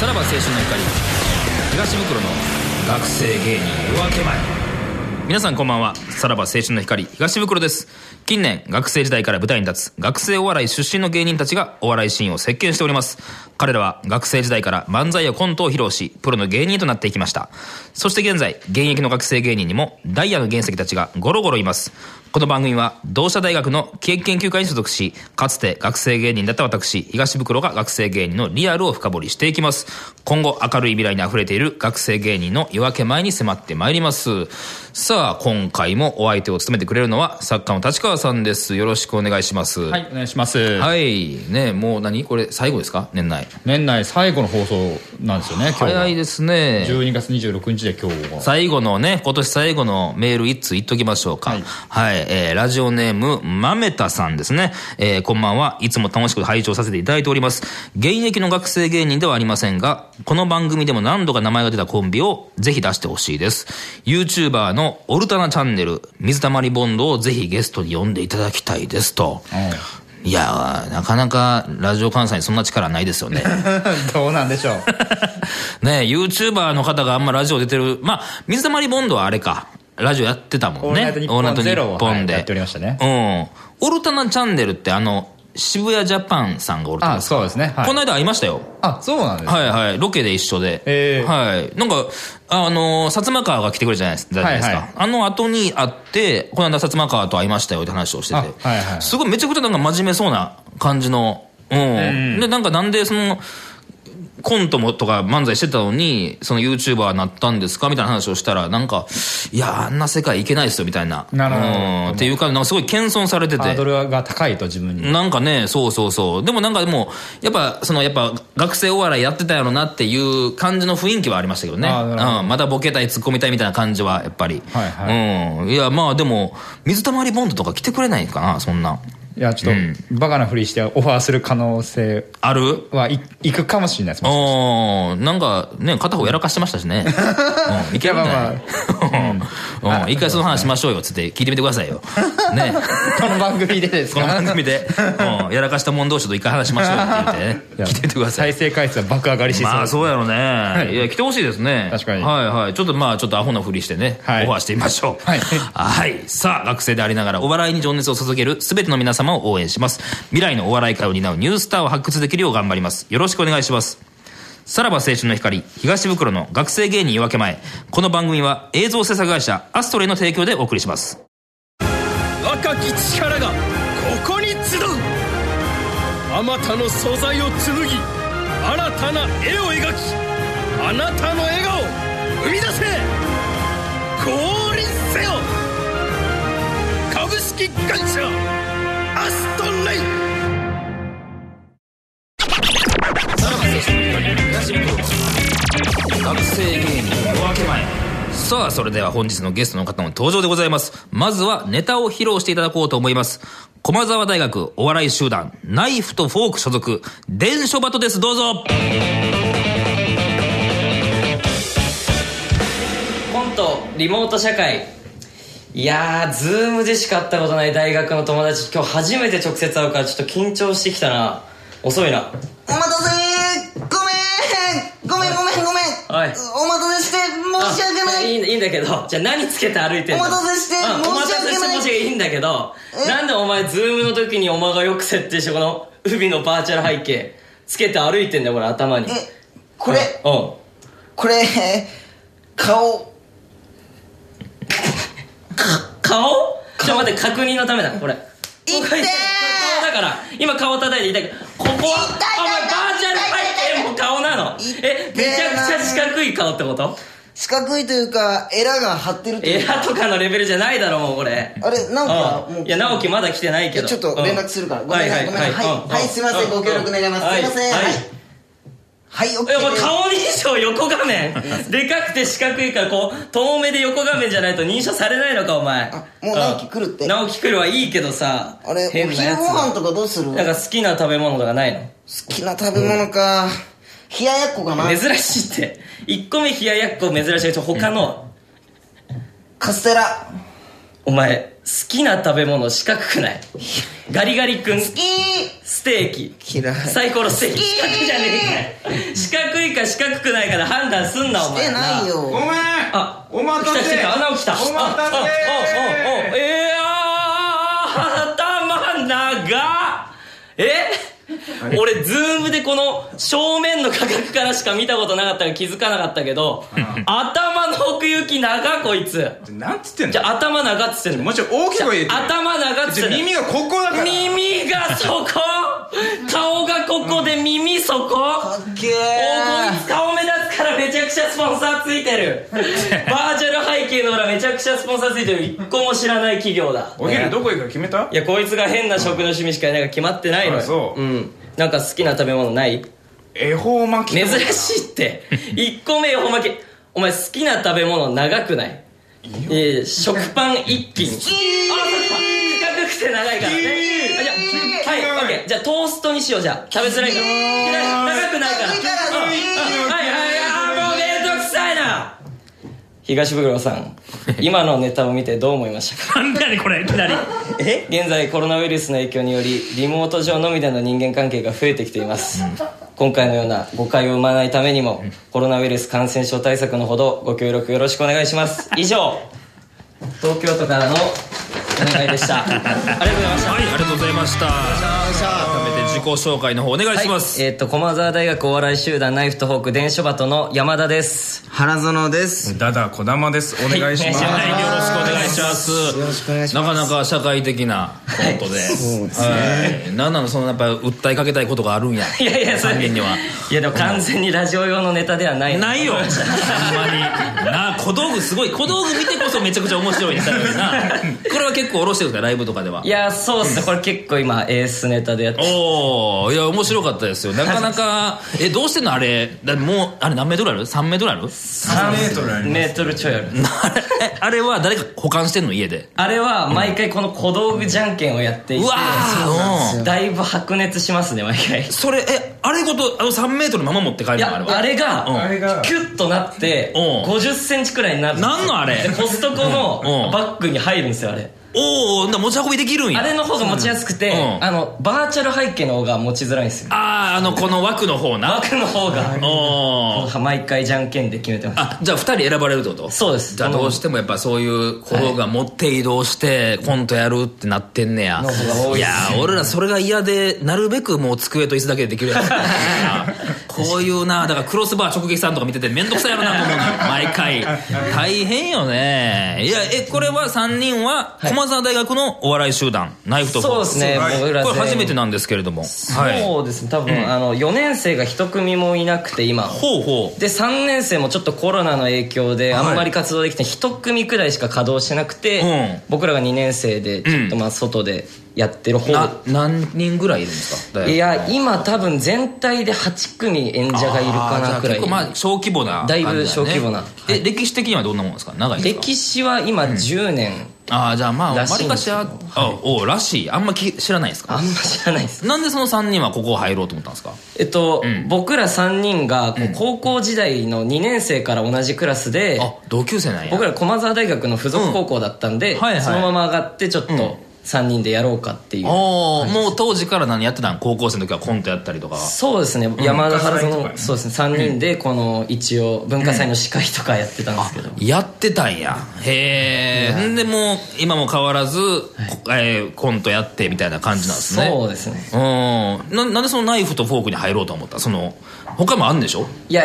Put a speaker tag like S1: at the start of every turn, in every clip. S1: 春の光東袋の学生芸人夜明け前皆さんこんばんはさらば青春の光東袋です近年学生時代から舞台に立つ学生お笑い出身の芸人たちがお笑いシーンを席巻しております彼らは学生時代から漫才やコントを披露しプロの芸人となっていきましたそして現在現役の学生芸人にもダイヤの原石たちがゴロゴロいますこの番組は同志社大学の喜劇研究会に所属しかつて学生芸人だった私東袋が学生芸人のリアルを深掘りしていきます今後明るい未来にあふれている学生芸人の夜明け前に迫ってまいりますさあ今回もお相手を務めてくれるのは作家の立川さんですよろしくお願いします
S2: は
S1: はい、
S2: い、お願いします。
S1: ねもう何これ最後ですか年内
S2: 年内最後の放送なんですよね、今日
S1: 早
S2: が。
S1: いですね
S2: 12月26日で今日が。
S1: 最後のね、今年最後のメール一通言っときましょうか。は
S2: はいい。
S1: えーラジオネーム、まめたさんですね。えーこんばんは。いつも楽しく拝聴させていただいております。現役の学生芸人ではありませんが、この番組でも何度か名前が出たコンビをぜひ出してほしいです。YouTuber のオルタナチャンネル、水溜りボンドをぜひゲストに呼んでいただきたいですと。いやー、なかなかラジオ関西にそんな力ないですよね。
S2: うん どうなんでしょう。
S1: ねえ、YouTuber の方があんまラジオ出てる。まあ、水溜りボンドはあれか。ラジオやってたもんね。
S2: オールナイトニッポンゼロを
S1: オールナイトニッポンで。
S2: はいやっておりました
S1: うん。オルタナチャンネルってあの、渋谷ジャパンさんがオルタナ
S2: あ、そうですね。はい
S1: この間会いましたよ。
S2: あ、そうなんです。
S1: はいはい。ロケで一緒で。
S2: ええ
S1: はい。なんか、あの、薩摩川が来てくれたじゃないですじゃないですか。
S2: はいはい
S1: あの後に会って、この間薩摩川と会いましたよって話をしてて。
S2: あはいはい
S1: すごいめちゃくちゃなんか真面目そうな感じの。うん。で、なんかなんでその、コントもとか漫才してたのに、その YouTuber になったんですかみたいな話をしたら、なんか、いや、あんな世界いけないですよ、みたいな。
S2: なるほど
S1: うん。っていうか、なんかすごい謙遜されてて。
S2: ハードルが高いと自分に。
S1: なんかね、そうそうそう。でもなんかでも、やっぱ、その、やっぱ、学生お笑いやってたやろなっていう感じの雰囲気はありましたけどね。
S2: あーなるほど
S1: うん。まだボケたい、突っ込みたいみたいな感じは、やっぱり。。
S2: はいはい
S1: うん。いや、まあでも、水溜りボンドとか来てくれないかな、そんな。
S2: いや、ちょっと、バカなふりしてオファーする可能性
S1: ある
S2: は、い、いくかもしれないです。も
S1: おーなんかね、片方やらかしてましたし ね。うん。いけるんじゃないうん。一回その話しましょうよ、つって聞いてみてくださいよ。 ね。
S2: し この番組でです
S1: この
S2: か
S1: 番組で、うん。やらかした者同士と一回話しましょうよって言って
S2: いや
S1: ね。聞いてみてください。
S2: 再生回数は爆上がりしそう。
S1: まあそうやろうね。
S2: い
S1: いや、来てほしいですね。
S2: 確かに
S1: はいはい。ちょっとまあ、ちょっとアホなふりしてね、オフ
S2: はい
S1: ァーしてみましょう。
S2: はい
S1: はい。さあ、学生でありながら、お笑いに情熱を注げるすべての皆様を応援します。未来のお笑い界を担うニュースターを発掘できるよう頑張ります。よろしくお願いします。さらば青春の光、東袋の学生芸人夜明け前。この番組は映像制作会社、アストレイの提供でお送りします。
S3: 若き力がここに集うあまたの素材を紡ぎ新たな絵を描きあなたの笑顔生み出せ降臨せよ株式会社アストレイ
S1: 学生芸人夜明け前さあそれでは本日のゲストの方の登場でございますまずはネタを披露していただこうと思います駒沢大学お笑い集団ナイフとフォーク所属伝書バトですどうぞ
S4: コントリモート社会いやーズームでしか会ったことない大学の友達今日初めて直接会うからちょっと緊張してきたな遅いな
S5: お待たせごめんごめんごめんごめん
S4: はい
S5: お待たせして申し訳な
S4: あい
S5: い
S4: いんいいんだけどじゃあ何つけて歩いてんの
S5: お待たせして
S4: うん
S5: 申し訳ない
S4: お待たせして申し訳ないいんだけど
S5: え
S4: なんでお前ズームの時にお前がよく設定してこの海のバーチャル背景つけて歩いてんだよこれ頭に
S5: えこれ
S4: うんうん
S5: これ顔
S4: 顔ちょっと待って確認のためだこれ
S5: 痛 え
S4: これ顔だから今顔叩いて痛いここはお
S5: 痛い
S4: 前バーチャル背景も顔なの
S5: 痛
S4: え
S5: い
S4: めちゃくちゃ四角い顔ってこと
S5: 四角いというかエラが張ってるとい
S4: エ
S5: うか
S4: ラとかのレベルじゃないだろもうこれ
S5: あれなんか
S4: うん
S5: もう
S4: いや直樹まだ来てないけど
S5: ちょっと連絡するからごめんなさいごめんなさいはいはいすいませんご協力願いますすいませんはいはい
S4: えお
S5: OK
S4: 前
S5: です
S4: 顔認証横画面 でかくて四角いからこう遠目で横画面じゃないと認証されないのかお前
S5: あもう直樹来るって
S4: うん直樹来るはいいけどさ
S5: あれお
S4: 変
S5: 昼
S4: なやつ
S5: ご飯とかどうする
S4: なん
S5: 好
S4: か好きな食べ物とかないの
S5: きな食べ物か冷ややっこかな
S4: 珍しいって1個目冷ややっこ珍しいけど他の、
S5: カステラ
S4: お前きな食べ物四角くないガリガリ君好きステーキ
S5: 嫌い
S4: サイコロステーキ四角じゃねえかよ四角いか四角くないかで判断すんなお前
S5: してないよ
S6: ごめん
S4: あ
S6: お待た
S4: 来た
S6: せ
S4: 来た穴起きた
S6: お待たせ
S4: ああおおおえーあー頭長っえ俺ズームでこの正面の価格からしか見たことなかったから気づかなかったけど頭の奥行き長っこいつ
S6: なんつってん
S4: じ
S6: の
S4: ゃあ頭長っつってんの
S6: もうちょい大きい声言って
S4: 頭長っつってんの
S6: 耳がここだから
S4: 耳がそこ顔がここで耳そこ
S5: かっけ
S4: おこい
S5: ー
S4: つ顔目立つからめちゃくちゃスポンサーついてるバーチャル背景の裏めちゃくちゃスポンサーついてる一個も知らない企業だ
S6: お昼どこ行くか決めた
S4: いやこいつが変な食の趣味しかいないから決まってないのよ
S6: あそう
S4: うんなんか好きな食べ物ない
S6: 恵方巻き
S4: 珍しいって一個目恵方巻きお前好きな食べ物長くないいやいや食パン一斤あそっか四角くて長いからねあじゃあはいオッケーじゃあトーストにしようじゃあ食べづらいから長くないから
S5: 好きから
S4: うん
S5: 好き
S4: はいはいはいあもうめんどくさいな東袋さん今のネタを見てどう思いましたか
S1: なんだねこれいきなり
S4: え現在コロナウイルスの影響によりリモート上のみでの人間関係が増えてきています、今回のような誤解を生まないためにもコロナウイルス感染症対策のほどご協力よろしくお願いします以上東京都からのお願いでした あり がとうございました
S1: はいありがとうございました改めて自己紹介の方お願いします、
S4: えっ、と駒澤大学お笑い集団ナイフとホーク伝書鳩の山田です
S5: 花園です
S6: ダダこだまですお願いします
S1: はい、よろしくお願いします。
S5: よろしくお願いします
S1: なかなか社会的なコントで。そうですね。なんなの、そのやっぱ訴えかけたいことがあるんや。
S4: いやいやそれ
S1: 三人には。
S4: いやでも完全にラジオ用のネタではない
S1: ないよ。ほんまに。なあ、小道具すごい。小道具見てこそめちゃくちゃ面白いネタやのにな。これは結構おろしてるんですか、ライブとかでは。
S4: いやそうっすねこれ結構今エースネタでやって
S1: おおいや面白かったですよなかなかえどうしてんのあれだもうあれ何メートルある ?3 メートルある
S6: 3メートルあります
S4: メートルちょいある
S1: あれえあれは誰か保管してんの家で
S4: あれは毎回この小道具じゃんけんをやっていうて
S1: わーうん
S4: だいぶ白熱しますね毎回
S1: それえあれごとあの3メートルのまま持って帰
S4: い
S1: るの
S4: や
S1: あれは
S4: あれが
S6: あれが
S4: キュッとなって5
S1: うん
S4: 0ンチくらいになる
S1: なんのあれ
S4: でコストコ
S1: うん
S4: のバッグに入るんですよあれ
S1: おお持ち運びできるんや
S4: あれの方が持ちやすくて
S1: うん
S4: あのバーチャル背景の方が持ちづらいんですよ
S1: あああのこの枠の方な
S4: 枠の方が
S1: おー
S4: 毎回じゃんけんで決めてます
S1: あじゃあ2人選ばれるってこと
S4: そうです
S1: じゃあどうしてもやっぱそういう小道具が持って移動してコントやるってなってんねや
S4: の方が多いっすね
S1: いやー俺らそれが嫌でなるべくもう机と椅子だけでできるやつこういうなだからクロスバー直撃さんとか見てて面倒くさいやろなと思うの毎回大変よねいやえこれは3人は駒沢大学のお笑い集団ナイフとフォ
S4: そ
S1: ー
S4: う
S1: ク
S4: ですね
S6: はい
S4: 僕ら
S1: こ
S4: 全
S1: れ
S4: 員
S1: 初めてなんですけれどもはい
S4: そうですね多分あの4年生が一組もいなくて今
S1: ほうほう
S4: で3年生もちょっとコロナの影響であんまり活動できて1組くらいしか稼働してなくて、
S1: うん
S4: 僕らが2年生でちょっとまあ外でやってる方、
S1: な何人ぐらいいるんですか大学
S4: いや今多分全体で8組演者がいるかなくら
S1: あーじゃあ結構ま
S4: い
S1: あ小規模な
S4: だいぶ
S1: 感じね
S4: 小規模な
S1: え歴史的にはどんなもんですか長いですか
S4: 歴史は今10年、
S1: ああじゃあまあ
S4: らしいん
S1: 割
S4: です
S1: りかしああおうらしいあんまき知らないです
S4: あ
S1: か
S4: んま知らないです
S1: なんでその3人はここを入ろうと思ったんですか
S4: えっと、
S1: ん
S4: 僕ら3人がこう高校時代の2年生から同じクラスで、
S1: あ同級生なんや
S4: 僕ら駒澤大学の附属高校だったんで、
S1: うんはいはい
S4: そのまま上がってちょっと3人でやろうかっていう、
S1: おおもう当時から何やってたん高校生の時はコントやったりとか
S4: そうですね山田原
S6: 文化祭とか
S4: 園
S6: ね
S4: そうですね3人でこの一応文化祭の司会とかやってたんですけど、
S1: やってたんやへえんでもう今も変わらず、こえーコントやってみたいな感じなんですね
S4: そうですね
S1: うんななんでそのナイフとフォークに入ろうと思ったその他もあるんでしょ
S4: いや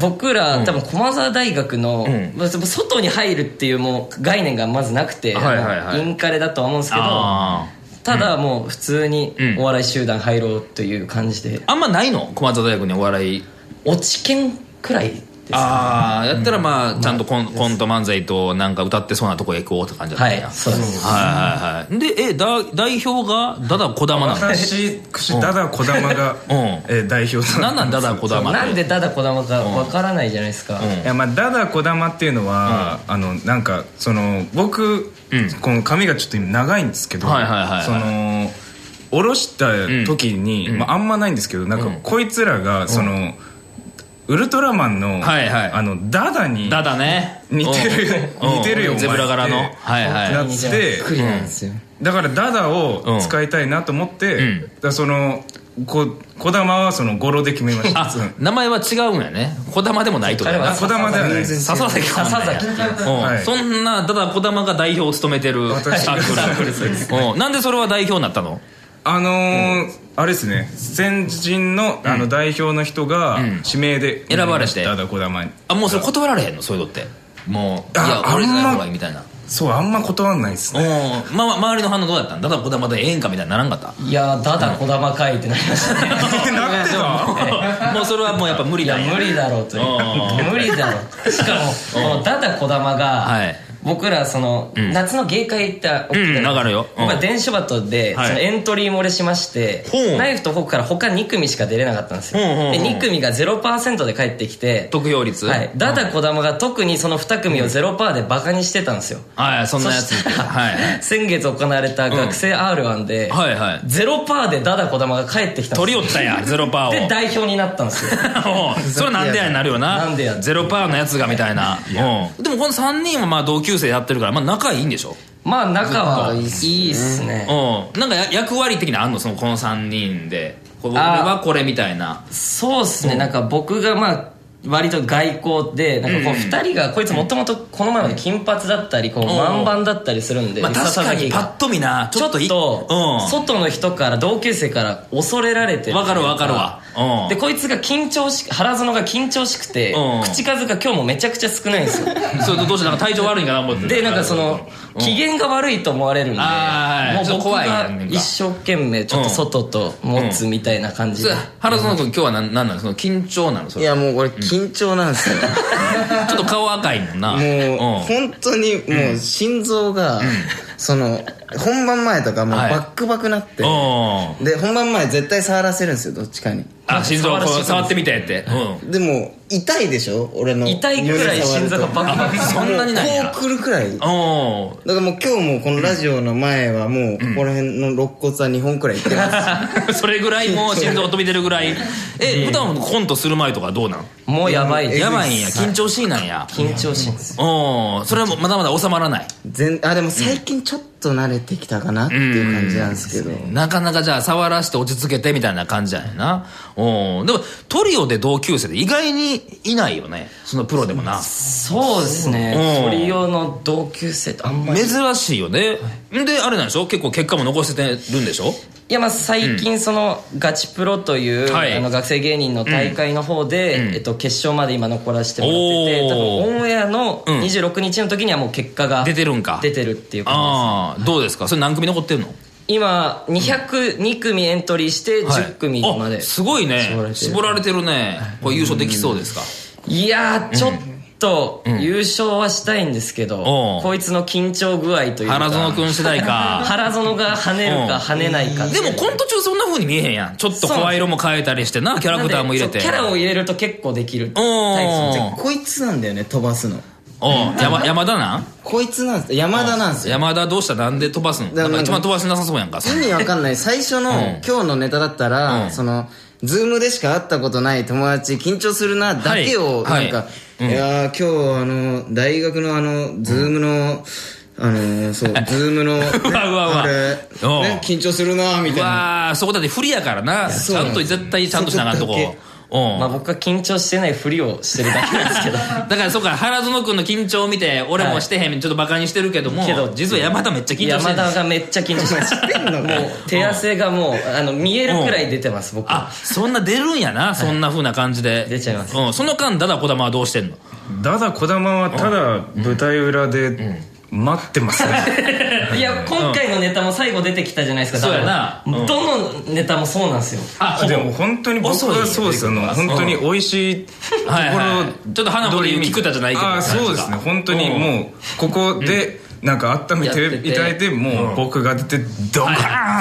S4: 僕ら、多分駒澤大学の、
S1: うん
S4: まあ外に入るっていうもう概念がまずなくて、
S1: はいはいはい
S4: あのインカレだとは思うんですけど
S1: あー
S4: ただもう普通に
S1: うん
S4: お笑い集団入ろうという感じで、
S1: あんまないの駒澤大学にお笑い
S4: 落ち券くらいです
S1: ああやったらまあちゃんとコン,、コント漫才となんか歌ってそうなとこへ行こうって感じだったん
S4: はい
S1: や、はい、
S4: そうです
S1: はいはいでえだ代表がダダこだまなの
S6: 私私ダダこだまが
S1: うん
S6: えー代表と
S1: 何なんダダこだまって
S4: なんでただこだまかわからないじゃないですか、
S6: いやまあダダこだまっていうのは、あのなんかその僕、
S1: うん
S6: この髪がちょっと今長いんですけど、
S1: はいはいはいはい
S6: その下ろした時に、まあ、あんまないんですけどなんかこいつらがその、ウルトラマンの、
S1: はいはい
S6: あのダダに
S1: ダダね
S6: 似てる
S1: うん
S6: 似てるよ
S1: う
S6: お前
S1: んゼブラ柄の
S6: って
S1: はいはい
S6: なっ
S4: じゃあ
S6: て
S4: クリなんですよ、
S6: だからダダを使いたいなと思って、
S1: うん
S6: だからそのこ小玉はその語呂で決めました
S1: あ名前は違うんやね小玉でもないってことやな
S6: 小玉ではないです
S1: 笹崎さんなんやうん
S6: はい
S1: そんなただ小玉が代表を務めてる
S6: 私
S1: サークル
S6: サークルです
S1: うんなんでそれは代表になったの
S6: あのーあれですね先人のあの代表の人が
S1: ん
S6: 指名で
S1: 選ばれて
S6: ダダ小玉に
S1: あもうそれ断られへんのそういうのってもうい
S6: あ
S1: や
S6: あんま
S1: 俺じゃない方がいいみたいな
S6: そうあんま断んな いです
S1: う
S6: ね
S1: んまあ周りの反応どうだったんだだ小玉でええんかみたいにならんかった
S4: いやーだだこだまかいってなりましたね
S6: なってた
S1: もうそれはもうやっぱ無理
S4: い
S1: だ
S4: や
S1: よ
S4: 無理だろうという
S1: うん
S4: 無理だろうしかもこのダダこだまが、
S1: はい
S4: 僕らその、
S1: ん
S4: 夏の芸会行った起きて
S1: うん流れようん
S4: 僕は電子バトで、
S1: はい
S4: そのエントリー漏れしまして
S1: ほう
S4: ナイフとフォークから他2組しか出れなかったんですよ、
S1: ほうほうほう
S4: で2組が0%で帰ってきて
S1: 得票率
S4: はい、ダダこだまが特にその2組を0%でバカにしてたんですよ、
S1: はいそんなやつ
S4: そしたら
S1: はい
S4: 先月行われた学生 R1 で、
S1: はいはい
S4: 0%でダダこだまが帰ってきたんで
S1: 取
S4: す
S1: り
S4: よ
S1: 寄ったんやゼロパーを
S4: で代表になったんですよ
S1: うんそれなんでやになるよな
S4: なんでや
S1: ゼロパーのやつがみたいなうんでもこの3人はまあ同級生やってるからまあ仲いいんでしょ
S4: まあ仲はいいっすね
S1: うんなんかや役割的なのあんのそのこの3人でこれ
S4: あー
S1: はこれみたいな
S4: そうっすね、なんか僕がまあ割と外交でなんかこう2人がこいつもともとこの前まで金髪だったりこう満番だったりするんで
S1: まあ確
S4: 佐
S1: か
S4: 々木
S1: にパ
S4: が
S1: ッと見な
S4: ちょっと
S1: いうん
S4: 外の人から同級生から恐れられて
S1: わかるわかるわうん
S4: でこいつが緊張し原園が緊張しくて
S1: うん
S4: 口数が今日もめちゃくちゃ少ないんですよ
S1: それとどうしたなんか体調悪いんかな思って
S4: でなんかその
S1: うん
S4: 機嫌が悪いと思われるんで
S1: あーはい
S4: もう
S1: ちょっと
S4: 僕
S1: 怖いな
S4: が
S1: なんか
S4: 一生懸命ちょっと外と持つみたいな感じ
S1: そ
S4: で
S1: れ原園君今日は何なんなのその緊張なのそ
S5: い
S1: れ
S5: やもうこれ緊張なんですよ
S1: ちょっと顔赤いもんな
S5: も
S1: ん
S5: う本当にもう心臓がその本番前とかもう
S1: はい
S5: バックバクなって
S1: うん
S5: で本番前絶対触らせるんですよどっちかに
S1: あ心臓
S4: 触らせ
S1: こ
S4: て
S1: う触ってみてってうん
S5: でも痛いでしょ俺の
S4: 痛いくらい心臓がバクバクす
S1: そ
S4: る
S1: んなにないんや
S5: こうくるくらいだ
S1: おー
S5: からもう今日もこのラジオの前はもうここら辺の肋骨は2本くらいいってます
S1: それぐらいもう心臓飛び出るぐらいえ普段コントする前とかどうなん
S4: もうやばいです
S1: やばいんや緊張しいなんや
S4: 緊張しいんですよ
S1: おーそれはもうまだまだ収まらない
S5: 全あでも最近ちょっと慣れてきたかなっていう感じなんですけど、
S1: なかなかじゃあ触らして落ち着けてみたいな感じやねんなおーでもトリオで同級生で意外にいないよねそのプロでもな
S4: そうですね
S1: うん
S4: トリオの同級生ってあんまりい
S1: 珍しいよねんであれなんでしょ結構結果も残してるんでしょ
S4: やまあ最近そのガチプロという
S1: はい
S4: あの学生芸人の大会の方でえっと決勝まで今残らせてもらってて多
S1: おー
S4: 分オンエアの
S1: うん
S4: 26日の時にはもう結果が
S1: 出てるんか
S4: 出てるっていう感
S1: あ
S4: じです
S1: あどうですかそれ何組残ってるの
S4: 今202組エントリーして10組ま
S1: あ
S4: です
S1: ごいね絞
S4: 絞
S1: ら
S4: ら
S1: れてるねこれ優勝できそうですか
S4: いやーちょっと
S1: ん
S4: 優勝はしたいんですけ
S1: お
S4: ど
S1: う
S4: こいつの緊張具合というか
S1: 原園君次第か
S4: 原園が跳ねるか跳ねないか
S1: でもコント中そんな風に見えへんやんちょっと声色も変えたりしてなキャラクターも入れて
S4: キャラを入れると結構できる
S1: お
S4: タイプなんですよ
S1: ー
S5: こいつなんだよね飛ばすの
S1: おー山山田なん
S5: こいつなんです山田なんですよ
S1: 山田どうしたなんで飛ばすの
S5: だ
S1: な
S5: から
S1: んか一番飛ばしなさそうやんかそ
S5: 意
S1: れ
S5: 味わかんない最初の、今日のネタだったら、
S1: うん
S5: そのズームでしか会ったことない友達緊張するなだけを、
S1: はい
S5: なん
S1: は
S5: か、
S1: い
S5: いやー今日あの大学のあのズームの、あの ーそうズームの
S1: うわうわうわ
S5: あれ、
S1: おう
S5: ね、緊張するなみた
S1: う
S5: いな
S1: わーそこだって不利やからなちゃんと絶対ちゃんとしなあかんとこ
S5: そこだけ
S1: お
S4: まあ
S1: ー
S4: 僕は緊張してないふりをしてるだけなんです けど
S1: だからそうか原園君の緊張を見て俺もしてへんちょっとバカにしてるけども
S4: けど
S1: 実は山田めっちゃ緊張して
S4: 山
S1: る
S4: 田がめっちゃ緊張してますもう手汗がもうあの見えるくらい出てます僕
S1: あそんな出るんやなそんな風な感じで
S4: 出ちゃいます
S1: うんその間ダダこだまはどうしてんの
S6: ダダ小玉はただ舞台裏で待ってます ね
S4: いや今回のネタも最後出てきたじゃないですか
S1: そうやな
S4: だから
S1: うん
S4: どのネタもそうなんですよ
S1: あ
S6: でも本当に僕
S1: 遅いよ
S6: はそうですあの本当に美味しいとこ
S1: はいはい
S6: ろ
S1: ちょっと花子で言う菊田じゃないけど
S6: あーそうですね本当にもうここでなんか温め
S1: やって
S6: て
S1: て
S6: いただいてもう僕が出てドカ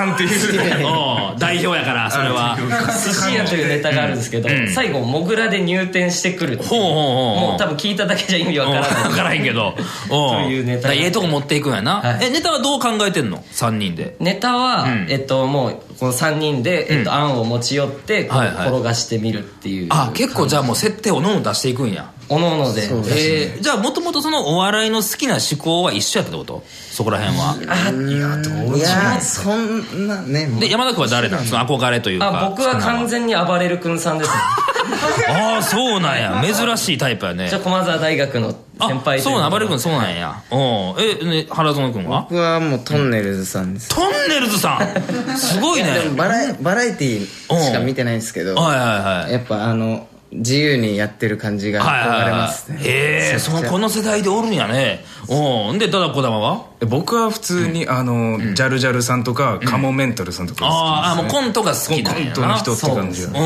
S6: ーンっていう、
S1: おう代表やからそれは
S4: 寿司屋というネタがあるんですけど、最後モグラで入店してくるっていう
S1: ほうほうほうほう
S4: もう多分聞いただけじゃ意味わからない
S1: 分からへんけど
S4: というネ
S1: だ
S4: タ
S1: からええとこ持っていくんやな、
S4: はい
S1: えネタはどう考えてんの3人で
S4: ネタは、
S1: うん
S4: えっともうこの3人で、えっと、案を持ち寄って、こう
S1: はいはい
S4: 転がしてみるっていう
S1: あ結構じゃあもう設定をのん出していくんや
S4: おのおので
S1: えーじゃあもともとそのお笑いの好きな思考は一緒やったってことそこら辺は
S5: うんいやーそんなねもう
S1: で山田君は誰なんその憧れというか
S4: あ僕は
S1: 全
S4: 完全に暴れる君さんですね
S1: ああそうなんや珍しいタイプやね
S4: じゃあ駒澤大学の
S1: あ
S4: 先輩とい
S1: そうなん
S4: の
S1: 暴
S4: が
S1: れる君そうなんやおうえね原園君は
S5: 僕はもうトンネルズさんです
S1: トンネルズさんすごいね
S5: でもバラバラエティしか見てないんですけど
S1: はいはいはい
S5: やっぱあの自由にやってる感じが
S1: はいはい
S5: 憧れ
S1: は
S5: ます
S1: い
S5: ね
S1: ええそのこの世代でおるんやねおうんでただ児玉は
S6: 僕は普通に、あのジャルジャルさんとか、カモメンタルさんとかが
S1: あーあも
S6: 好
S1: う
S6: き
S1: コントが好き
S6: で
S1: な
S6: す、
S1: ん
S6: ね、
S1: や
S6: コ
S1: な
S6: ントの人って感じ
S1: うんじ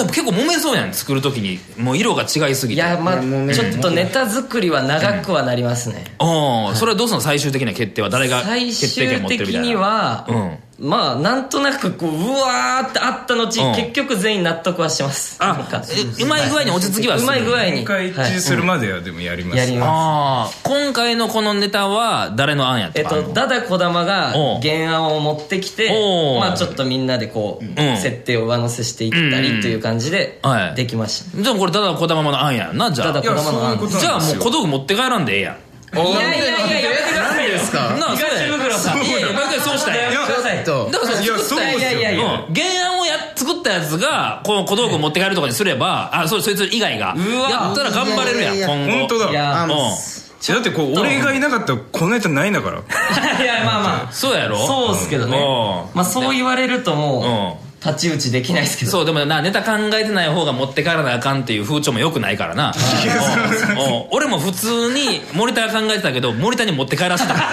S1: ゃあ結構揉めそうやん作る時にもう色が違いすぎ
S4: い
S1: て
S4: やまあ
S5: いやもうね
S4: ちょっとネタ作りは長くはなりますね、
S1: うんそれはどうすんの最終的な決定は誰が
S4: 最
S1: 決定権
S4: 終
S1: 持って
S4: 的
S1: るみたいな
S4: には、まあなんとなくこううわーってあった後、
S1: うん
S4: 結局全員納得はしてますなんか
S1: あえうまい具合に落ち着きはする
S4: うまい具合に
S6: 一回一致するまではでもやりま
S4: や
S6: す、
S4: ります
S1: ああ今回のこのネタは誰の案やっ
S4: え
S1: た
S4: っ
S1: か
S4: と、ダダこだまが
S1: おう
S4: 原案を持ってきて
S1: おう
S4: まあ、ちょっとみんなでこう、設定を上乗せしていった
S1: うん
S4: りという感じで
S1: はい
S4: できました、
S1: じゃあこれただ児玉の案やんなじゃ
S4: ただ
S1: あ
S4: 子供の案
S6: いやそういうこと
S1: じゃあもう小道具持って帰らんでええやん
S4: いやいやいややめてくださいよ
S5: ですか
S1: なあそう
S4: 東
S1: や
S4: 袋さん
S1: いやいや僕はそうしたんや
S4: いやめてください
S5: ちょっと
S1: だからそ
S6: いや
S1: の作ったやつ
S6: そうですよ
S4: いやいやいや
S1: うん原案をや作ったやつがこの小道具持って帰るとかにすればあそうそいつ以外が
S4: うわ
S1: やったら頑張れるやん
S5: いやいや
S1: 今後
S6: 本当だ
S4: いや
S5: あもう
S1: うん
S6: だってこう俺がいなかったらこのネタないんだから
S4: いやまあまあ
S1: そうやろ
S4: そうっすけどね、
S1: うん
S4: まあ、そう言われるとも
S1: う
S4: う太刀打ちできないですけ ど
S1: そうでもなネタ考えてない方が持ってからなあかんっていう風潮もよくないからなうんうん俺も普通にモニター考えてたけどモニターに持って帰らせたから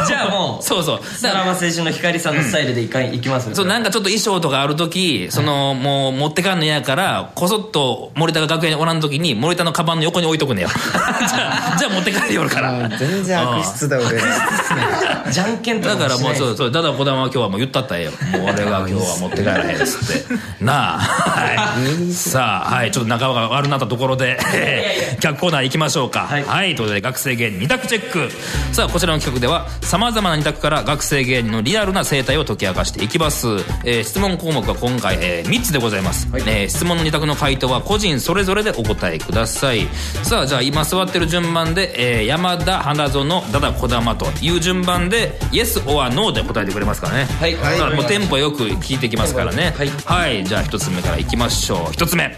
S1: うん
S4: じゃあもう
S1: そうそうだ
S4: さら
S1: から
S4: ば青春の光さんのスタイルでいかいきます
S1: そうなん
S4: か
S1: かちょっと衣装とかある時そのもう持ってかんの嫌からこそっと森田が学園におらん時に森田のカバンの横に置いとくねよ じゃあじゃあ持って帰るよるから
S5: あ全然悪質だ 俺
S4: じゃんけんとか
S1: だからもう
S4: う
S1: そうそうだだこだまは今日はもう言ったったらええよもう俺が今日は持って帰らへんっつってなあはいさあはいちょっと仲間が悪なったところで客コーナー行きましょうかは、
S4: はいい
S1: ということで学生芸人2択チェックさあこちらの企画ではさまざまな2択から学生芸人のリアルな生態を解き明かしていきます、えー質問項目は今回、え3つでございます、えー質問の2択の回答は個人それぞれでお答えくださいさあじゃあ今座ってる順番で、えー山田花園ダダ児玉という順番で Yes or No で答えてくれますからね
S4: はい
S1: だからもうテンポよく聞いてきますからね
S4: はい
S1: はい、じゃあ1つ目からいきましょう1つ目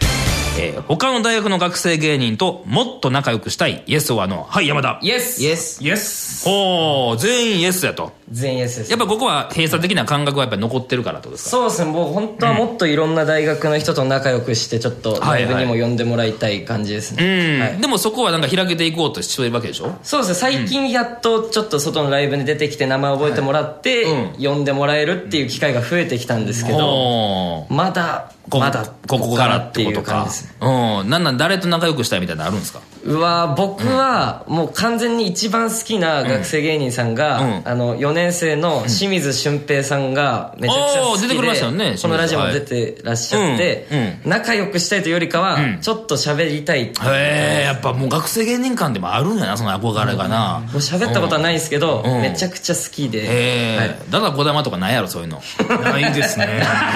S1: えー他の大学の学生芸人ともっと仲良くしたいイエスはのはい山田
S4: イエス
S5: イエス
S6: イエス
S1: おお全員イエスやと
S4: 全員イエスです
S1: やっぱここは閉鎖的な感覚はやっぱり残ってるからってことですか
S4: そうですねもう本当はもっといろんな大学の人と仲良くしてちょっとライブにも呼んでもらいたい感じですね、
S1: うん、
S4: はい
S1: でもそこはなんか開けていこうとしてるわけでしょ
S4: そうですね最近やっとちょっと外のライブに出てきて名前覚えてもらって、呼んでもらえるっていう機会が増えてきたんですけど、
S1: おー
S4: まだ
S1: こ
S4: まだ
S1: ここからってこと
S4: 感
S1: か
S4: じですね
S1: うんなんなん誰と仲良くしたいみたいなのあるんですか
S4: うわー僕はもう完全に一番好きな学生芸人さんが、
S1: うん
S4: あの4年生の清水俊平さんがめちゃくちゃ好きで
S1: おー出てくれましたよね
S4: このラジオも出てらっしゃって、
S1: はい
S4: 仲良くしたいというよりかは、
S1: うん
S4: ちょっと喋りたいっていう
S1: へえやっぱもう学生芸人間でもあるんやなその憧れがな、
S4: もう喋ったことはないんですけど、
S1: うん
S4: めちゃくちゃ好きで、
S1: へえ、
S4: はい
S1: だから児玉とかないやろそういうの
S6: ないですね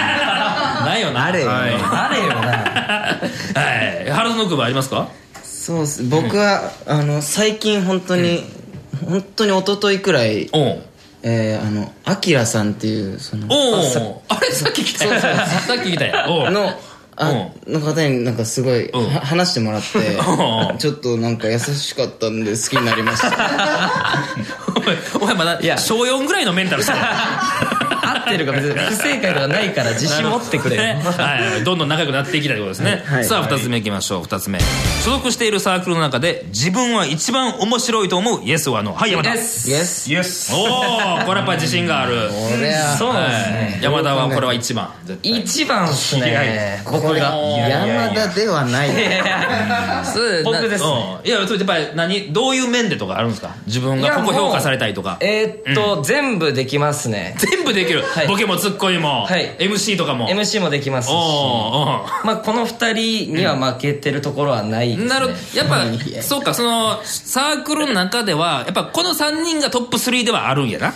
S1: ないよな
S5: あれよ
S6: はい
S4: あれよな
S1: はい原の区はありますか
S5: そうっす僕はあの最近本当に本当に一昨日くらい
S1: おう
S5: えーあのアキラさんっていうその
S1: おうあれさっき来たよさっき来たよおう
S5: のあの方になんかすごい
S1: ん
S5: は話してもらって
S1: うん
S5: ちょっとなんか優しかったんで好きに なりました
S1: お前まだ
S4: や
S1: 小4ぐらいのメンタルしてる
S4: 合ってるか別に不正解とかないから自信持っ てくれよ
S1: ねはい、どんどん仲良くなっていきたいということですね、
S5: はい
S1: さあ2つ目いきましょう2つ目所属しているサークルの中で自分は一番面白いと思うイエスはノーはい山田
S4: です
S5: イエス
S6: イエス
S1: おおこれやっぱ自信がある
S5: れは
S1: そうですね山田はこれは一番絶対
S4: 一番っすね僕が
S5: 山田ではない
S4: そうな
S1: 僕です、ね、いやそれやっぱり何どういう面でとかあるんですか自分がここ評価されたいとか
S4: えーっと、全部できますね
S1: 全部できる、
S4: はい
S1: ボケもツッコミも、
S4: はい
S1: MC とかも
S4: MC もできますし
S1: おー
S4: まあ、この二人には負けてるところはないです、
S1: うん
S4: ね、
S1: なるやっぱ
S5: いや
S1: そうかそのサークルの中ではやっぱこの3人がトップ3ではあるんやな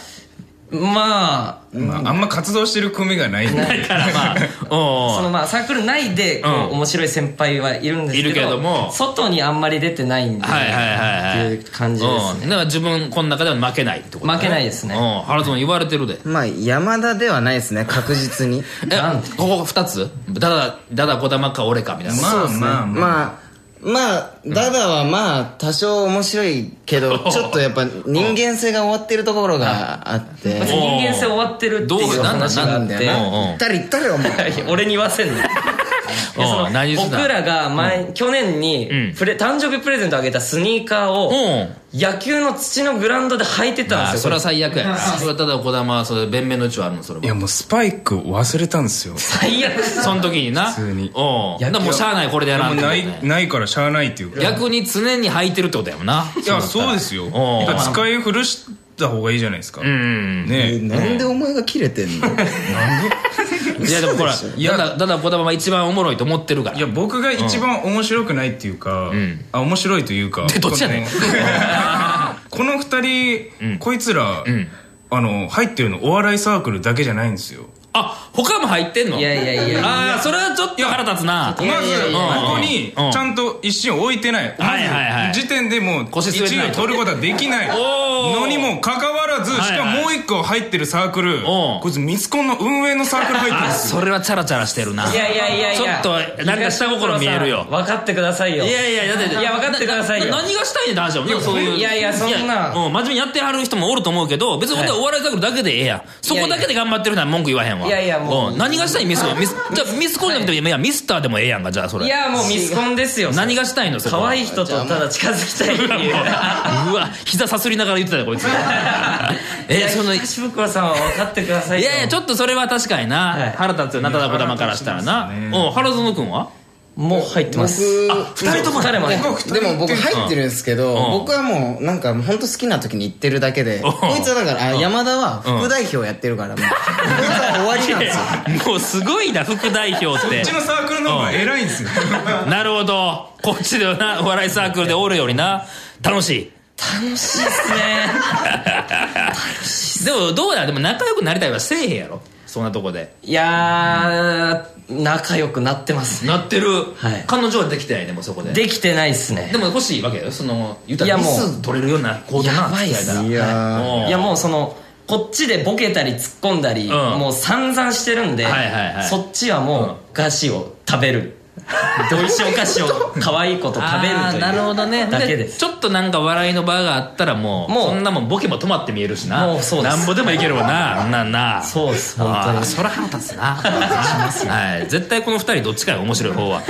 S4: まあ
S6: まああんま活動してる組がないんで
S1: だから まあおー
S4: そのまあサークル内でこう、
S1: うん
S4: 面白い先輩はいるんですけど
S1: いるけども
S4: 外にあんまり出てないんで、
S1: はいはいはいはい
S4: っていう感じですね
S1: うんだから自分この中では負けないってことだね
S4: 負けないですね
S1: うん原田君言われてるで
S5: まあ山田ではないですね確実に
S1: えここ2つダダダダこだまか俺かみたいな
S6: まあまあまあ
S5: まあまあダダはまあ多少面白いけどちょっとやっぱ人間性が終わってるところがあって
S4: まあ人間性終わってるって
S1: ど
S4: いうう
S1: なんだ
S4: 話があっ
S1: な
S4: て
S1: うんうん
S5: 行ったり行ったりお前
S4: 俺に言わせんのいや
S1: うん
S4: その
S1: 何すんだ
S4: 僕らが前、去年
S1: うん
S4: にプレ誕生日プレゼントあげたスニーカーを
S1: うん
S4: 野球の土のグラウンドで履いてたん
S1: あ
S4: です
S1: それ
S4: よ
S1: は最悪やそれはただこだまはそれ弁明のうちはあるのそれ
S6: いや
S1: は
S6: もうスパイク忘れたんですよ
S4: 最悪
S1: その時にな
S6: 普通に
S1: おうだか
S4: 野球
S1: らもうしゃあないこれでやら
S6: も
S1: ん
S6: う
S1: ってこと
S6: な
S1: ね
S6: いないからしゃあないっていうか
S1: 逆に常に履いてるってことやもんない
S6: やそうですよ
S1: おう
S6: だから使い古した方がいいじゃないですか
S1: うん
S5: え
S6: ね
S5: なんでお前が切れてんの
S1: いやでもほら
S5: 嘘
S6: いや
S1: ダダダダこだまは一番おもろいと思ってるから
S6: いや僕が一番面白くないっていうか、
S1: ん
S6: あ面白いというか
S1: でどっちやねん
S6: この この二人、
S1: ん
S6: こいつら、
S1: ん
S6: あの入ってるのお笑いサークルだけじゃないんですよ
S1: あ他も入ってんの
S4: いやいやいやいや
S1: ああそれはちょっと腹立つな
S4: や
S6: ま
S4: い
S6: ず
S4: やいや
S6: ここにち
S1: うん
S6: ゃんと一心置いてないま
S1: はいはいはい
S6: ず時点でもう
S1: 腰
S6: 一
S1: 据えてない
S6: 位を取ることはできない
S1: おー
S6: のにもかかわらずし
S1: はい
S6: か
S1: はい
S6: ももう一個入ってるサークル
S1: お
S6: こいつミスコンの運営のサークル入ってる
S1: あ
S6: んですよ
S1: それはチャラチャラしてるない
S4: やいやいやいや
S1: ちょっとなんか下心見えるよ
S4: 分かってくださいよ
S1: いやいやだって
S4: いや分かってくださいよ
S1: な何がしたいねんって話だもんねそういう
S4: いやいやそんな
S1: うん真面目にやってはる人もおると思うけど別に本当はお笑いサークルだけでええやんそこだけで頑張ってるなら文句言わへんわ
S4: いやいやもうん
S1: 何がしたいミスコンミスじゃあミスコンじゃなくてもいやミスターでもええやんかじゃあそれ
S4: いやもうミスコンですよ
S1: 何がしたいのそれ
S4: 可愛い人とただ近づきたいっていう
S1: うわ膝さすりながら言ってたよこいつ え
S4: え
S1: そ
S4: そ
S1: の
S4: の
S1: い
S4: 東袋さんは分かってくださいよ
S1: やいやちょっとそれは確かにな、
S4: はい
S1: 腹立つよなただこだまからしたらな、うん原園君は
S4: もう入ってます
S5: 僕
S4: あ二人とも彼も入ってます
S5: でも僕入ってるんですけど、
S1: うん
S5: 僕はもうなんか本当好きな時に行ってるだけで、こいつはだから、あ山田は副代表やってるから、もう、こいつは終わりなん ですよ。
S1: もうすごいな副代表っ
S6: こ
S1: て
S6: っちのサークルの方が偉いんですよ
S1: なるほどこっちではな お笑いサークルでおるよりな楽しいでもどうやでも仲良くなりたいはせえへんやろそんなとこで
S4: いやー仲良くなってますね
S1: なってる、
S4: はい
S1: 彼女はできてないでもそこでで
S4: できてないっすね
S1: も欲しいわけよその言うた
S4: い
S1: ら
S4: や
S1: ミ
S4: もう
S1: ス取れるような行動な
S4: やばいっ
S1: 付き合
S4: す
S1: たら
S5: いやー
S1: うん
S4: いやもうそのこっちでボケたり突っ込んだり、
S1: ん
S4: もう散々してるんで、
S1: はいはいはい
S4: そっちはもう菓子を食 べる、どう美味しいお菓子を可愛いこと食べる
S1: あー
S4: という
S1: なるほどね
S4: だけです
S1: ちょっとなんか笑いの場があったらもう
S4: もう
S1: そんなもんボケも止まって見えるしな
S4: もうそうです
S1: なんぼでもいけるわなあんなんな
S4: そうっす本当に
S1: あーそら腹立つな はい絶対この二人どっちかよ面白い方 は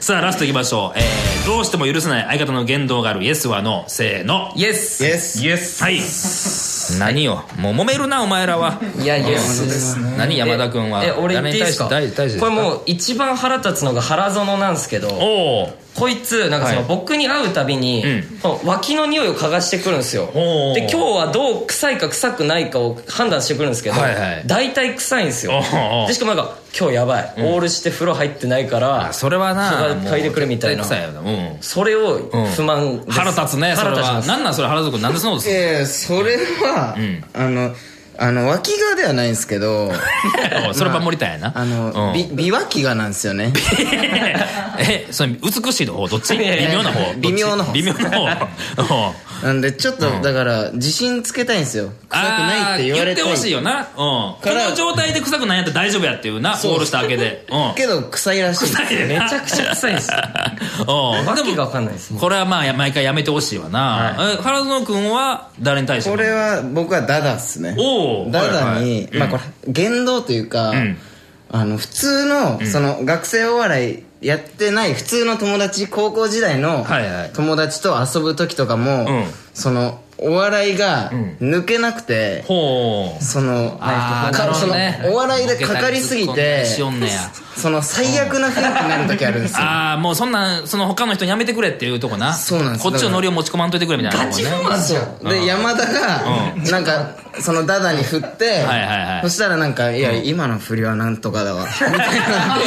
S1: さあラストいきましょう、えーどうしても許せない相方の言動があるイエスはノーせーの
S4: イエス
S5: イエス。
S6: イエス
S1: はい何よもう揉めるなお前らはい
S4: やイエスです
S1: 何山田君は
S4: え俺言っていいですか
S1: 誰に対して
S4: これ
S1: う
S4: もう一番腹立つのが原園なんですけど
S1: おー
S4: こいつなんかその
S1: はい
S4: 僕に会うたびに、
S1: うん
S4: この脇の匂いを嗅がしてくるんですよ
S1: おー
S4: で今日はどう臭いか臭くないかを判断してくるんですけど、
S1: はいはい
S4: 大体臭いんですよ
S1: おー
S4: でしかもなんか今日やばい、オールして風呂入ってないから
S1: あそれはな
S4: 嗅いでくれみたいな
S1: もう絶対臭いよなうん
S4: それを不満です
S1: 腹立つねそれ
S4: 腹立ち
S1: は
S4: ます
S1: なんなんそれ原田君なんでそのこと すんの
S5: えー、それは、あの、あの、脇側ではないんですけど、
S1: おそれ守りたいやな。
S5: あ
S1: う
S5: の、
S1: ん
S5: び、美脇側なんですよね。
S1: え、それ美しいの方どっち微
S4: いやいや
S1: 妙な方どっち
S5: 微妙な方
S1: 微妙な方。
S5: なんでちょっとだから自信つけたいんですよ臭くないって言われ
S1: あー言ってほしいよな、うん、こ
S5: から
S1: の状態で臭くないやったら大丈夫やっていうなオ
S5: そう
S1: ールした明けで、うん、
S5: けど臭いらしい
S1: 臭いね
S4: めちゃくちゃ臭いです。
S1: うん
S4: わけがわかんないです。
S1: これはまあや毎回やめてほしいわな、え原園君は誰に対して
S5: これは僕はダダっすね
S1: おー
S5: ダダ
S1: はい
S5: に、
S1: はいうん
S5: まあこれ言動というか、
S1: ん
S5: あの普通のその学生お笑いやってない普通の友達高校時代の
S1: はいはい
S5: 友達と遊ぶ時とかも、
S1: ん
S5: そのお笑いが抜けなくて、
S1: ほう
S5: その
S1: あーなるほ
S5: かそ
S1: ど
S5: の
S1: ね
S5: お笑いでかかりすぎ
S1: ボケた
S5: て
S1: りツッコんだりしよんねや
S5: その最悪な雰囲気になる時あるんですよ
S1: ああもうそんなんその他の人にやめてくれっていうとこな
S5: そうなんです
S1: こっちのノリを持ち込まんといてくれみたいな
S4: ガチ
S1: とこ
S4: フ
S1: ね
S4: マじゃん。
S5: で山田がなんかそのダダに振って
S1: はいはいはい
S5: そしたらなんか「いや今の振りはなんとかだわ」み たいな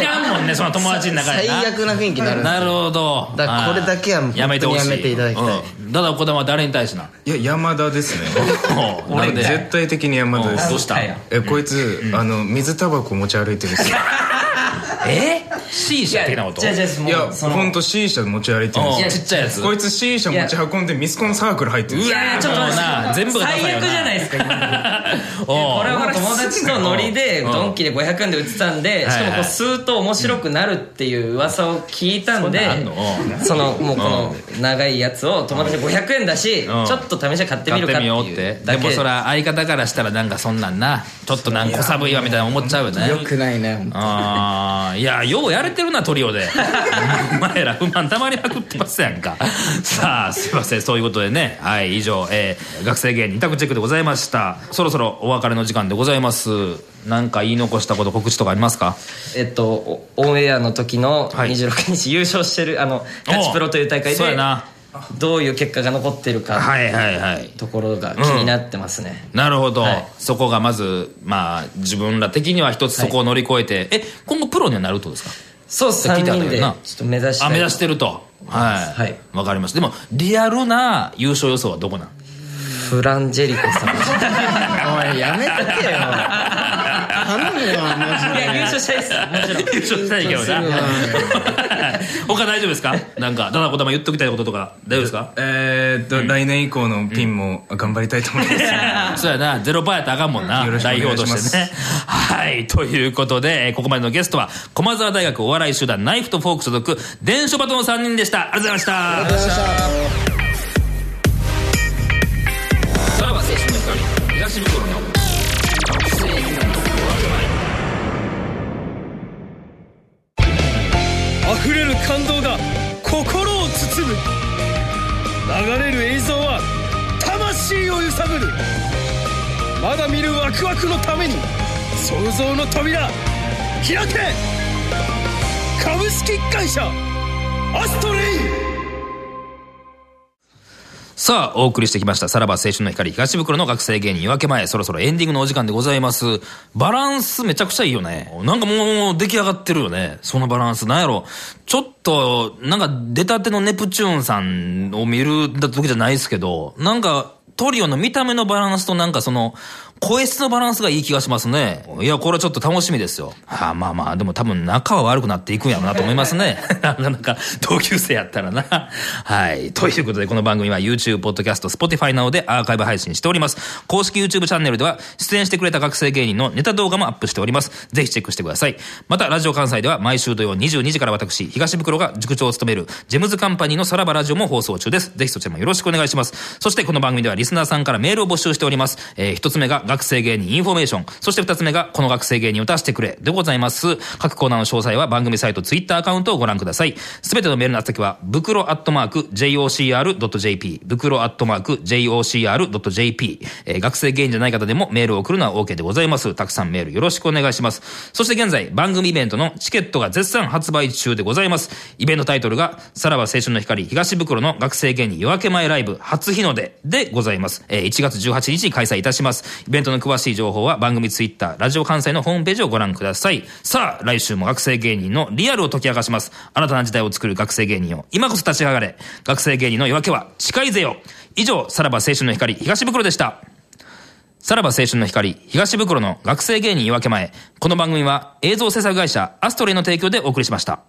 S1: いらんもんねその友達の中で
S5: 最
S1: な
S5: 悪な雰囲気になるんです
S1: なるほど
S5: だからこれだけはもう
S1: やめてほしい
S5: 本当にやめていただきたい
S1: うん、だだこだまは誰に対してない
S6: や山田ですね
S1: な
S6: 俺
S1: んで
S6: 絶対的に山田で
S1: うんどう
S6: す
S1: した
S6: えこいつ、あの水タバコ持ち歩いてる んですよ
S1: え C 社的なこと
S4: じゃあじゃあもう
S6: いや
S4: その
S6: ほんと C 社持ち歩いてるんです
S1: う
S6: よ
S1: んちっちゃいやつ
S6: こいつ C 社持ち運んでミスコンサークル入ってるんで
S1: う
S6: すよ
S1: わーちょっと待って
S4: もうな
S1: 全部がダサいよ
S4: 最悪じゃないですか今
S1: おう
S4: これはもう友達とノリで
S1: うん
S4: ドンキで500円で売ってたんで
S1: はい
S4: しかもこう吸うと面白くなるっていう噂を聞いたんで
S1: そんなんあんの
S4: そのもうこの長いやつを友達で500円だしち
S1: うん
S4: ょっと試しに買って
S1: 買
S4: み
S1: っ
S4: る
S1: て
S4: かって
S1: みようっ
S4: い
S1: て
S4: うだ
S1: で
S4: け
S1: もそら相方からしたらなんかそんなんなちょっとなんか小寒いわみたいな思っちゃうよね
S5: よくないね
S1: ああいやようやれてるなトリオで お前ら不満たまりまくってますやんか さあすいませんそういうことでねはい以上、えー学生芸人択チェックでございましたそろそろお別れの時間でございますなんか言い残したこと告知とかありますか
S4: えっとおオンエアの時の
S1: はい
S4: 26日優勝してるあのガチプロという大会
S1: そうや
S4: で
S1: な
S4: どういう結果が残ってるか
S1: はいはいはい
S4: ところが気になってますね
S1: なるほど、
S4: はい
S1: そこがまずまあ自分ら的には一つそこを乗り越えて、え今後プロにはなるってことですか
S4: そうっす3
S1: 聞いたん
S4: 人
S1: だ
S4: で
S1: よ
S4: ちょ
S1: な
S4: っと目指して
S1: あ目指してるとはい、
S4: はい
S1: わかりましたでもリアルな優勝予想はどこなん
S4: フランジェリコさん
S5: おいやめと けよ頼むよマジで
S4: いや優勝したいっすもちろん
S1: 優勝したいけどな他大丈夫ですかなんかだだこだま言っときたいこととか大丈夫ですか
S6: えーっと、来年以降のピンも頑張りたいと思います、
S1: そうやな、ゼロパーやったらあかんもんな
S6: よろ、しくお
S1: 代
S6: 願いしま
S1: 表
S6: す
S1: としてね。はい、ということで、えーここまでのゲストは、駒澤大学お笑い集団ナイフとフォーク所属、伝書バトの3人でした。ありがとうございました。ありがとうございました。さらば青春の光、東袋の
S3: 溢れる感動が心を包む流れる映像は魂を揺さぶるまだ見るワクワクのために想像の扉開け株式会社アストレイン
S1: さあ、お送りしてきました。さらば青春の光、東袋の学生芸人、夜明け前、そろそろエンディングのお時間でございます。バランスめちゃくちゃいいよね。なんかもう出来上がってるよね。そのバランス。なんやろ。ちょっと、なんか出たてのネプチューンさんを見るだけじゃないですけど、なんか、トリオの見た目のバランスとなんかその、声質のバランスがいい気がしますね。いや、これはちょっと楽しみですよ。はあ、まあまあ、でも多分仲は悪くなっていくんやろうなと思いますね。 なかなか同級生やったらな。はい。ということで、この番組は YouTube、Podcast、Spotify などでアーカイブ配信しております。公式 YouTube チャンネルでは、出演してくれた学生芸人のネタ動画もアップしております。ぜひチェックしてください。また、ラジオ関西では毎週土曜22時から私、東袋が塾長を務める、ジェムズカンパニーのさらばラジオも放送中です。ぜひそちらもよろしくお願いします。そして、この番組ではリスナーさんからメールを募集しております。えー一つ目が学生芸人インフォメーション。そして二つ目がこの学生芸人を出してくれでございます。各コーナーの詳細は番組サイトツイッターアカウントをご覧ください。すべてのメールの宛先は、袋アットマーク jocr.jp、袋アットマーク jocr.jp、えー学生芸人じゃない方でもメールを送るのは OK でございます。たくさんメールよろしくお願いします。そして現在、番組イベントのチケットが絶賛発売中でございます。イベントタイトルが、さらば青春の光東袋の学生芸人夜明け前ライブ初日の出でございます。えー1月18日に開催いたします。イベントの詳しい情報は番組ツイッター、ラジオ関西のホームページをご覧ください。さあ、来週も学生芸人のリアルを解き明かします。新たな時代を作る学生芸人を今こそ立ち上がれ。学生芸人の夜明けは近いぜよ。以上、さらば青春の光東袋でした。さらば青春の光、東袋の学生芸人夜明け前。この番組は映像制作会社アストレイの提供でお送りしました。